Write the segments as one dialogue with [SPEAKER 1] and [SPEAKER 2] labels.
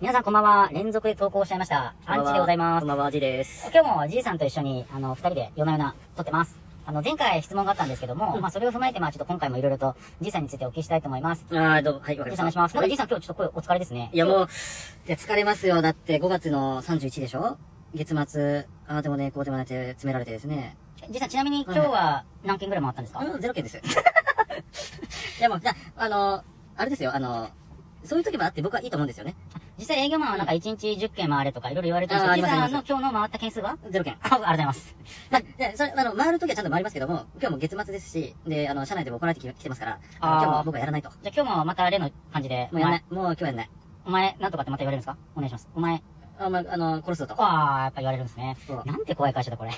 [SPEAKER 1] 皆さんこんばんは。連続で投稿しちゃいました。アンチでございます
[SPEAKER 2] こん。ばんは、ジです。
[SPEAKER 1] 今日もじいさんと一緒に、あの、二人で夜な夜な撮ってます。あの、前回質問があったんですけども、まあ、それを踏まえて、まあ、ちょっと今回もいろいろと、じいさんについてお聞きしたいと思います。
[SPEAKER 2] あー、どうも、はい、わ
[SPEAKER 1] じ
[SPEAKER 2] かり
[SPEAKER 1] いさんお願い
[SPEAKER 2] まし。
[SPEAKER 1] したます。なんかじいさん今日ちょっと声お疲れですね。
[SPEAKER 2] いや、もう、いや、疲れますよ。だって、5月の31でしょ月末、ああでもね、こうでもなくて、詰められてですね。
[SPEAKER 1] じいさんちなみに今日は何件ぐらい回ったんですか、
[SPEAKER 2] うん、ゼロ件です。 いや、もう、なあの、あれですよ、あの、そういう時もあって僕はいいと思うんですよね。
[SPEAKER 1] 実際営業マンはなんか1日10件回れとかいろいろ言われてるん
[SPEAKER 2] あー
[SPEAKER 1] です
[SPEAKER 2] あ
[SPEAKER 1] け
[SPEAKER 2] り
[SPEAKER 1] ど、じ
[SPEAKER 2] ます
[SPEAKER 1] いさん
[SPEAKER 2] あ
[SPEAKER 1] の
[SPEAKER 2] り
[SPEAKER 1] 今日の回った件数は
[SPEAKER 2] ゼロ件。
[SPEAKER 1] あありがとうございます。
[SPEAKER 2] まあ、でそれ、あの、回る時はちゃんと回りますけども、今日も月末ですし、で、あの、社内でも怒られてききてますから、あの
[SPEAKER 1] あー
[SPEAKER 2] 今日も僕はやらないと。も
[SPEAKER 1] じゃあ今日もまた例の感じで、
[SPEAKER 2] うやらない。もう今日はやらない。
[SPEAKER 1] お前、お前なんとかってまた言われるんですかお願いします。お前、
[SPEAKER 2] あ、まあ、あの、殺すぞと。
[SPEAKER 1] ああ、やっぱ言われるんですね
[SPEAKER 2] そう。
[SPEAKER 1] なんて怖い会社だこれ。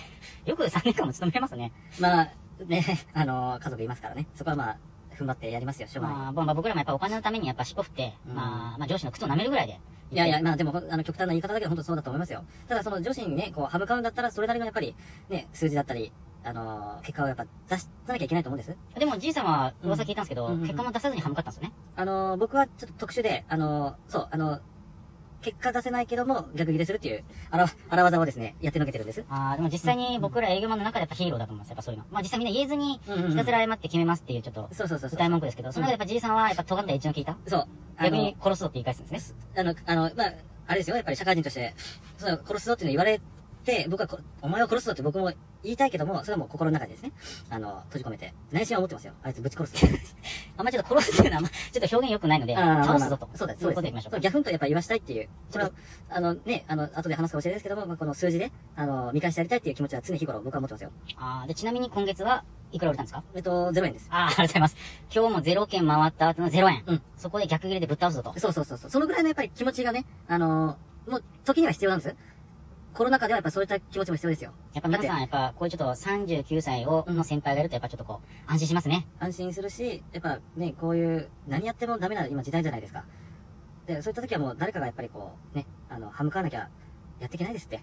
[SPEAKER 1] よく3年間も勤めますね。
[SPEAKER 2] まあ、ね、 あの、家族いますからね。そこはまあ、踏ん張ってやりますよ、しょうがない。
[SPEAKER 1] まあ、まあ僕らもやっぱお金のためにやっぱ尻尾振って、
[SPEAKER 2] うん
[SPEAKER 1] まあ、まあ上司の靴を舐めるぐらいで。
[SPEAKER 2] いやいや、まあでもほん、あの、極端な言い方だけど、本当そうだと思いますよ。ただ、その女子にね、こう、歯向かうんだったら、それなりのやっぱり、ね、数字だったり、あのー結果をやっぱ出し、出なきゃいけないと思うんです。
[SPEAKER 1] でもじいさんは噂聞いたんですけど、
[SPEAKER 2] うん
[SPEAKER 1] 結果も出さずに歯向かったんですよね。
[SPEAKER 2] あのー僕はちょっと特殊で、あのーそう、あのー結果出せないけども、逆切れするっていう、あら、荒技をですね、やってのけてるんです。
[SPEAKER 1] ああ、でも実際に僕ら営業マンの中でやっぱヒーローだと思うんですよ、やっぱそういうの。まあ実際みんな言えずに、
[SPEAKER 2] うんうんうん
[SPEAKER 1] ひたすら謝って決めますっていうちょっと、
[SPEAKER 2] そうそうそうそう。
[SPEAKER 1] 歌い文句ですけど、その中でやっぱじいさんはやっぱ尖ったエッジの聞いた
[SPEAKER 2] そう。あ
[SPEAKER 1] 逆
[SPEAKER 2] のー
[SPEAKER 1] に殺すぞって言い返すんですね。
[SPEAKER 2] あの、あの、まあ、あれですよ、やっぱり社会人として、その殺すぞっていうの言われて、僕はこ、お前を殺すぞって僕も言いたいけども、それはもう心の中でですね、あの、閉じ込めて、内心は思ってますよ。あいつぶち殺すぞ。
[SPEAKER 1] あんまちょっと殺すっていうのはあんま、ちょっと表現良くない ので、
[SPEAKER 2] あー
[SPEAKER 1] 倒すぞと。
[SPEAKER 2] そうだ、
[SPEAKER 1] そ
[SPEAKER 2] そうう
[SPEAKER 1] いうこと
[SPEAKER 2] です
[SPEAKER 1] でい
[SPEAKER 2] ね。
[SPEAKER 1] きましょ
[SPEAKER 2] そうう。ギャフンとやっぱ言わしたいっていう、それは、あのね、あの、後で話すかもしれないですけども、まあ、この数字で、あの、見返してやりたいっていう気持ちは常日頃僕は持ってますよ。
[SPEAKER 1] ああ、で、ちなみに今月はいくら売れたんですか
[SPEAKER 2] えっと、0円です。
[SPEAKER 1] ああ、ありがとうございます。今日もゼロ件回った後のゼロ円。
[SPEAKER 2] うん
[SPEAKER 1] そこで逆切れでぶっ倒すぞと。
[SPEAKER 2] そうそうそうそう。そのぐらいのやっぱり気持ちがね、あの、もう、時には必要なんです。コロナ禍ではやっぱそういった気持ちも必要ですよ。
[SPEAKER 1] やっぱ皆さん、やっぱ、こういうちょっと39歳を、の先輩がいると、やっぱちょっとこう、安心しますね。
[SPEAKER 2] 安心するし、やっぱね、こういう、何やってもダメな今時代じゃないですか。で、そういった時はもう誰かがやっぱりこう、ね、あの、歯向かわなきゃやっていけないですって。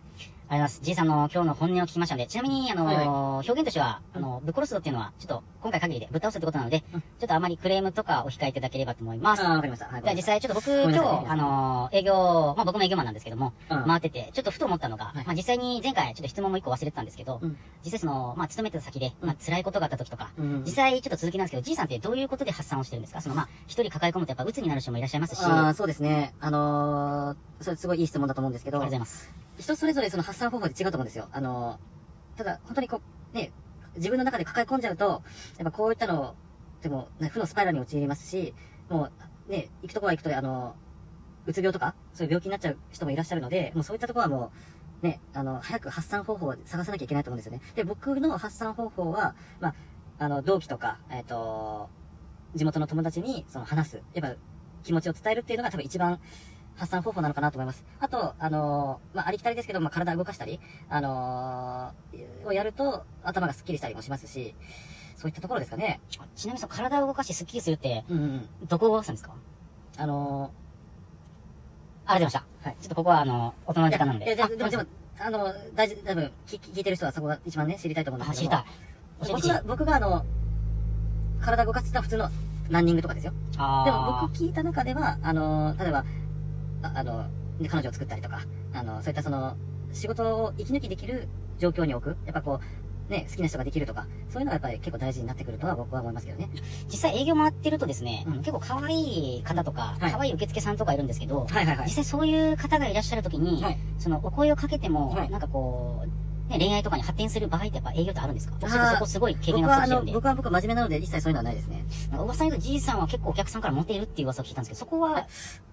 [SPEAKER 1] ありがとうございます。じいさんの今日の本音を聞きましたので、ちなみに、あのー
[SPEAKER 2] はいはい
[SPEAKER 1] 表現としては、あの、ぶっ殺すぞっていうのは、ちょっと、今回限りでぶっ倒すってことなので、
[SPEAKER 2] うん
[SPEAKER 1] ちょっとあまりクレームとかお控えいただければと思い
[SPEAKER 2] あ
[SPEAKER 1] ま
[SPEAKER 2] あ
[SPEAKER 1] す。
[SPEAKER 2] ー、わかりました。はい。
[SPEAKER 1] じゃあ実際ちょっと僕、
[SPEAKER 2] ご
[SPEAKER 1] 今
[SPEAKER 2] めん
[SPEAKER 1] 日
[SPEAKER 2] なさいごめん、なさ
[SPEAKER 1] あ
[SPEAKER 2] い
[SPEAKER 1] のー営業、まあ僕も営業マンなんですけども、
[SPEAKER 2] うん
[SPEAKER 1] 回ってて、ちょっとふと思ったのが、
[SPEAKER 2] はい
[SPEAKER 1] まあ実際に前回ちょっと質問も一個忘れてたんですけど、
[SPEAKER 2] うん
[SPEAKER 1] 実際その、まあ勤めてた先で、
[SPEAKER 2] うん
[SPEAKER 1] まあ辛いことがあった時とか、
[SPEAKER 2] うん
[SPEAKER 1] 実際ちょっと続きなんですけど、じいさんってどういうことで発散をしてるんですかそのまあ、一人抱え込むとやっぱ鬱になる人もいらっしゃいますし、
[SPEAKER 2] あ
[SPEAKER 1] あ
[SPEAKER 2] あ、そうですね。あのー、それすごいいい質問だと思うんですけ
[SPEAKER 1] りが
[SPEAKER 2] ど
[SPEAKER 1] とうご、ざいます。
[SPEAKER 2] 人それぞれその発散方法で違うと思うんですよ。あのー、ただ、本当にこう、ね、自分の中で抱え込んじゃうと、やっぱこういったの、でも、ね、負のスパイラルに陥りますし、もう、ね、行くとこは行くと、あのー、うつ病とか、そういう病気になっちゃう人もいらっしゃるので、もうそういったところはもう、ね、あの、早く発散方法を探さなきゃいけないと思うんですよね。で、僕の発散方法は、まあ、あの、同期とか、えっ、と、地元の友達に、その、話す。やっぱ、気持ちを伝えるっていうのが多分一番発散方法なのかなと思います。あと、あのーまあ、ありきたりですけど、まあ、体動かしたり、あのーをやると頭がスッキリしたりもしますし、そういったところですかね。
[SPEAKER 1] ちなみにその体を動かしてスッキリするって、
[SPEAKER 2] うん、うん。
[SPEAKER 1] どこを動かすんですか
[SPEAKER 2] あの
[SPEAKER 1] あ、出ました。
[SPEAKER 2] はい
[SPEAKER 1] ちょっとここはあの、大人の
[SPEAKER 2] ー、
[SPEAKER 1] 時間なんで。
[SPEAKER 2] いや、いやでで
[SPEAKER 1] あ
[SPEAKER 2] も、でも、あのー大事、多分聞、聞いてる人はそこが一番ね、知りたいと思うん
[SPEAKER 1] あ
[SPEAKER 2] です
[SPEAKER 1] 知
[SPEAKER 2] け
[SPEAKER 1] り
[SPEAKER 2] ど
[SPEAKER 1] たい。教
[SPEAKER 2] も。
[SPEAKER 1] えて
[SPEAKER 2] 僕
[SPEAKER 1] 知りた
[SPEAKER 2] が、
[SPEAKER 1] い。
[SPEAKER 2] 僕があの、体動かしてた普通のランニングとかですよ。でも
[SPEAKER 1] あ
[SPEAKER 2] 僕聞いた中では、あのー例えば、ああのね彼女を作ったりとか、あのそういったその、仕事を息抜きできる状況に置く。やっぱこう、ね、好きな人ができるとか、そういうのがやっぱり結構大事になってくるとは僕は思いますけどね。
[SPEAKER 1] でも、実際営業回ってるとですね、
[SPEAKER 2] うん
[SPEAKER 1] あの結構可愛い方とか、
[SPEAKER 2] はい
[SPEAKER 1] 可愛い受付さんとかいるんですけど、
[SPEAKER 2] はいはいは
[SPEAKER 1] 実。際そういう方がいらっしゃるときに、
[SPEAKER 2] はい
[SPEAKER 1] そのお声をかけても、
[SPEAKER 2] はい
[SPEAKER 1] なんかこう、ね、恋愛とかに発展する場合ってやっぱ営業ってあるんですか
[SPEAKER 2] あー
[SPEAKER 1] 僕そこすごい経験
[SPEAKER 2] 僕
[SPEAKER 1] が
[SPEAKER 2] は
[SPEAKER 1] 不
[SPEAKER 2] あ
[SPEAKER 1] 足して
[SPEAKER 2] の、
[SPEAKER 1] るんで。
[SPEAKER 2] 僕は僕は真面目なので一切そういうのはないですね。
[SPEAKER 1] なんか噂によるとじいさんは結構お客さんからモテるっていう噂を聞いたんですけど、そこは、
[SPEAKER 2] 本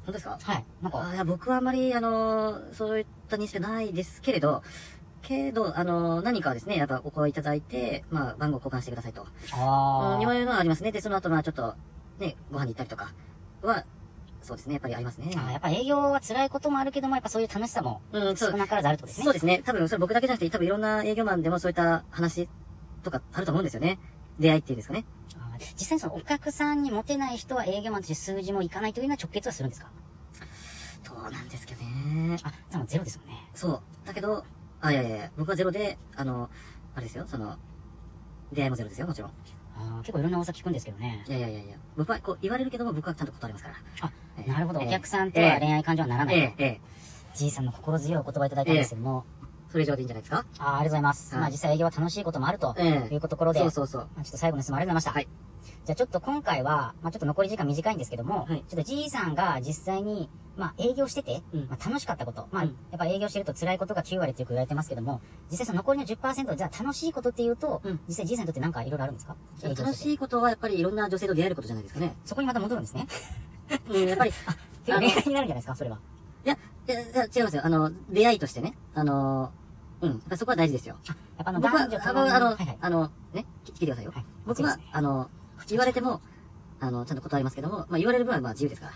[SPEAKER 2] 当ですか
[SPEAKER 1] はい、なん
[SPEAKER 2] あ
[SPEAKER 1] か、
[SPEAKER 2] いや僕はあまり、あのーそういった認識はないですけれど、けど、あのー何かはですね、やっぱお声いただいて、まあ、番号交換してくださいと。
[SPEAKER 1] あ
[SPEAKER 2] うん、
[SPEAKER 1] ー
[SPEAKER 2] 言われるのはありますね。で、その後、まあちょっと、ね、ご飯に行ったりとかは、そうですね、やっぱりありますね。
[SPEAKER 1] あーやっぱ営業は辛いこともあるけども、やっぱそういう楽しさも
[SPEAKER 2] うん、そ
[SPEAKER 1] 少
[SPEAKER 2] う、
[SPEAKER 1] なからずあるってことですね。
[SPEAKER 2] そうですね。多分、それ僕だけじゃなくて、多分いろんな営業マンでもそういった話とかあると思うんですよね。出会いっていうんですかね。
[SPEAKER 1] あー実際にそのお客さんにモテない人は営業マンとして数字もいかないというのは直結はするんですか
[SPEAKER 2] そうなんですけどね。
[SPEAKER 1] あ、でもゼロですよね。
[SPEAKER 2] そう。だけど、あ、いやいやいや、僕はゼロで、あの、あれですよ、その、出会いもゼロですよ、もちろん。
[SPEAKER 1] ああー結構いろんな噂聞くんですけどね。
[SPEAKER 2] いやいやいやいや、僕はこう言われるけども、僕はちゃんと断りますから。
[SPEAKER 1] あ
[SPEAKER 2] え、え
[SPEAKER 1] なるほど。
[SPEAKER 2] ええ
[SPEAKER 1] お客さんとは恋愛感情はならないと。
[SPEAKER 2] ええ、ええ、
[SPEAKER 1] じいさんの心強いお言葉いただいたんですけども、
[SPEAKER 2] それ以上でいいんじゃないですか
[SPEAKER 1] あーありがとうございます。
[SPEAKER 2] はい
[SPEAKER 1] まあ実際営業は楽しいこともあると
[SPEAKER 2] ええ
[SPEAKER 1] いうところで、
[SPEAKER 2] そうそうそう。
[SPEAKER 1] まあちょっと最後の質問ありがとうございました。
[SPEAKER 2] はい
[SPEAKER 1] じゃあちょっと今回は、まあちょっと残り時間短いんですけども、
[SPEAKER 2] はい
[SPEAKER 1] ちょっとじいさんが実際に、まあ営業してて、
[SPEAKER 2] うん
[SPEAKER 1] まあ楽しかったこと、まあ
[SPEAKER 2] うん
[SPEAKER 1] やっぱ営業してると辛いことが9割ってよく言われてますけども、実際その残りの10%、じゃあ楽しいことっていうと、
[SPEAKER 2] うん
[SPEAKER 1] 実際じいさんにとってなんかいろいろあるんですか営業
[SPEAKER 2] 楽
[SPEAKER 1] い。
[SPEAKER 2] しいことはやっぱりいろんな女性と出会えることじゃないですかね。
[SPEAKER 1] そこにまた戻るんですね。
[SPEAKER 2] うん、やっぱり、
[SPEAKER 1] っていう恋愛になるんじゃないですか、それは。
[SPEAKER 2] いや、いやいや違いますよ。あの、出会いとしてね。あの、うん、やっぱそこは大事ですよ。
[SPEAKER 1] あ、やっぱあの
[SPEAKER 2] 僕は
[SPEAKER 1] 男女、
[SPEAKER 2] あ
[SPEAKER 1] 共に
[SPEAKER 2] の、あの、
[SPEAKER 1] はいはい。
[SPEAKER 2] あのね、聞聞いてくださいよ。
[SPEAKER 1] はい
[SPEAKER 2] 僕は、あの、言われても、あの、ちゃんと断りますけども、まあ、言われる分はまあ自由ですから。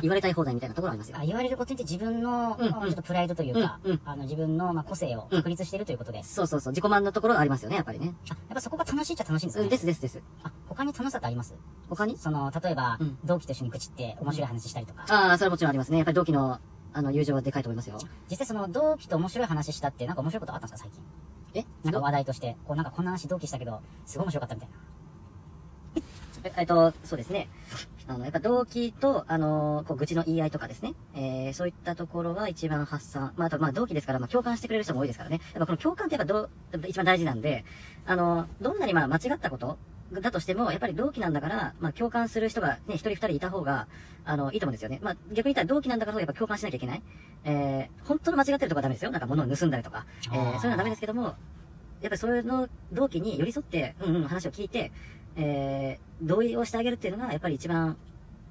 [SPEAKER 2] 言われたい放題みたいなところはありますよ。
[SPEAKER 1] あ言われることによって自分の、
[SPEAKER 2] うんうん
[SPEAKER 1] ちょっとプライドというか、
[SPEAKER 2] うんうん
[SPEAKER 1] あの自分のまあ個性を確立しているということで、あ
[SPEAKER 2] そうそうそう、自己満のところはありますよね、やっぱりね。
[SPEAKER 1] やっぱそこが楽しいっちゃ楽しいんです
[SPEAKER 2] う
[SPEAKER 1] よ
[SPEAKER 2] ん
[SPEAKER 1] ね。
[SPEAKER 2] ですですです。
[SPEAKER 1] あ他に楽しさってあります
[SPEAKER 2] 他に
[SPEAKER 1] その、例えば、
[SPEAKER 2] うん
[SPEAKER 1] 同期と一緒に愚痴って面白い話したりとか、
[SPEAKER 2] ああ、それはもちろんありますね。やっぱり同期の、あの、友情はでかいと思いますよ。
[SPEAKER 1] 実際その同期と面白い話したってなんか面白いことあったんですか最近。
[SPEAKER 2] え
[SPEAKER 1] なんか話題として、こうなんかこんな話同期したけど、すごい面白かったみたいな。
[SPEAKER 2] ええっと、そうですね。あの、やっぱ動機と、あのこう、愚痴の言い合いとかですね。えー、そういったところは一番発散。まあ、あと、まあ、動機ですから、まあ、共感してくれる人も多いですからね。やっぱこの共感ってやっぱどう、やっぱ一番大事なんで、あのどんなにまあ、間違ったことだとしても、やっぱり同期なんだから、まあ、共感する人がね、一人二人いた方が、あの、いいと思うんですよね。まあ、逆に言ったら同期なんだから、やっぱ共感しなきゃいけない。えー、本当の間違ってるとこはダメですよ。なんか物を盗んだりとか。え
[SPEAKER 1] あー
[SPEAKER 2] ー、そういうのはダメですけども、やっぱりそれの同期に寄り添って、うんうん、話を聞いて、えー、同意をしてあげるっていうのが、やっぱり一番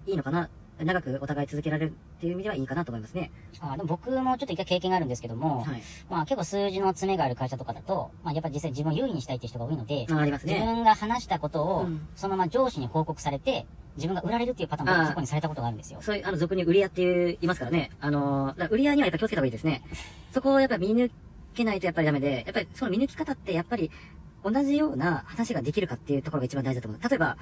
[SPEAKER 2] いいのかな。長くお互い続けられるっていう意味ではいいかなと思いますね。
[SPEAKER 1] あでも僕もちょっと一回経験があるんですけども、
[SPEAKER 2] はい。
[SPEAKER 1] まあ結構数字の詰めがある会社とかだと、まあやっぱ実際自分を優位にしたいっていう人が多いので、
[SPEAKER 2] ああります
[SPEAKER 1] 自
[SPEAKER 2] ね。
[SPEAKER 1] 分が話したことを、
[SPEAKER 2] うん
[SPEAKER 1] そのまま上司に報告されて、自分が売られるっていうパターン
[SPEAKER 2] あ
[SPEAKER 1] も
[SPEAKER 2] ー
[SPEAKER 1] 過去にされたことがあるんですよ。
[SPEAKER 2] そういう、あの、俗に売り屋っていう、言いますからね。あのー、だから売り屋にはやっぱ気をつけた方がいいですね。そこをやっぱ見抜けないとやっぱりダメで、やっぱりその見抜き方ってやっぱり同じような話ができるかっていうところが一番大事だと思う。例えば、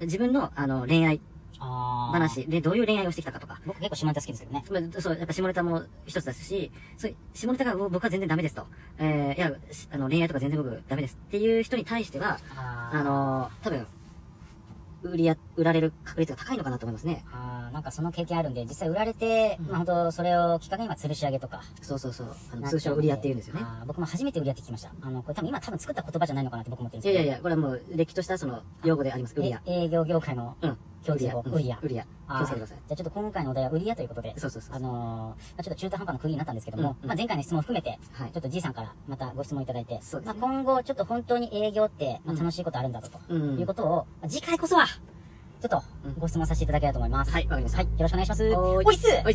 [SPEAKER 2] 自分の、あの、恋愛
[SPEAKER 1] あー。
[SPEAKER 2] 話でどういう恋愛をしてきたかとか。
[SPEAKER 1] 僕結構下ネタ好きですけどね。
[SPEAKER 2] まあ、そう、やっぱ下ネタも一つですし、そう、下ネタが僕は全然ダメですと。えー、いや、しあの、恋愛とか全然僕ダメですっていう人に対しては、
[SPEAKER 1] あ
[SPEAKER 2] あのー、多分、売りや、売られる確率が高いのかなと思いますね。
[SPEAKER 1] あーなんかその経験あるんで、実際売られて、
[SPEAKER 2] うん
[SPEAKER 1] まあ本当それをきっかけに今吊るし上げとか。
[SPEAKER 2] そうそうそう。あ
[SPEAKER 1] な
[SPEAKER 2] の
[SPEAKER 1] っちゃ
[SPEAKER 2] 通
[SPEAKER 1] んで
[SPEAKER 2] 称売り屋って言うんですよね。
[SPEAKER 1] あー僕も初めて売り屋って聞きました。あの、これ多分今多分作った言葉じゃないのかなって僕思ってるんで
[SPEAKER 2] い
[SPEAKER 1] す
[SPEAKER 2] や
[SPEAKER 1] け
[SPEAKER 2] い
[SPEAKER 1] ど。
[SPEAKER 2] やいや、これはもう、れっきとしたその、用語であります。売り屋。
[SPEAKER 1] え営業業界の
[SPEAKER 2] うん。
[SPEAKER 1] 共通語、
[SPEAKER 2] うん
[SPEAKER 1] 売り屋。
[SPEAKER 2] 売り屋。
[SPEAKER 1] あ
[SPEAKER 2] 気をつけてください
[SPEAKER 1] じ。ゃあちょっと今回のお題は売り屋ということで、
[SPEAKER 2] そうそうそう
[SPEAKER 1] あのーまあちょっと中途半端な区切りになったんですけども、
[SPEAKER 2] うんうん
[SPEAKER 1] まあ前回の質問を含めて、
[SPEAKER 2] は
[SPEAKER 1] ち
[SPEAKER 2] い
[SPEAKER 1] ょっとじいさんからまたご質問いただいて、
[SPEAKER 2] そうです
[SPEAKER 1] まあ
[SPEAKER 2] ね
[SPEAKER 1] 今後ちょっと本当に営業って、まあ
[SPEAKER 2] うん
[SPEAKER 1] 楽しいことあるんだぞと、
[SPEAKER 2] うん
[SPEAKER 1] いうことを、まあ次回こそは、ちょっと
[SPEAKER 2] うん
[SPEAKER 1] ご質問させていただければと思います。
[SPEAKER 2] はいわかりました
[SPEAKER 1] はい、よろしくお願いします。
[SPEAKER 2] おーい
[SPEAKER 1] おいっす
[SPEAKER 2] おいっす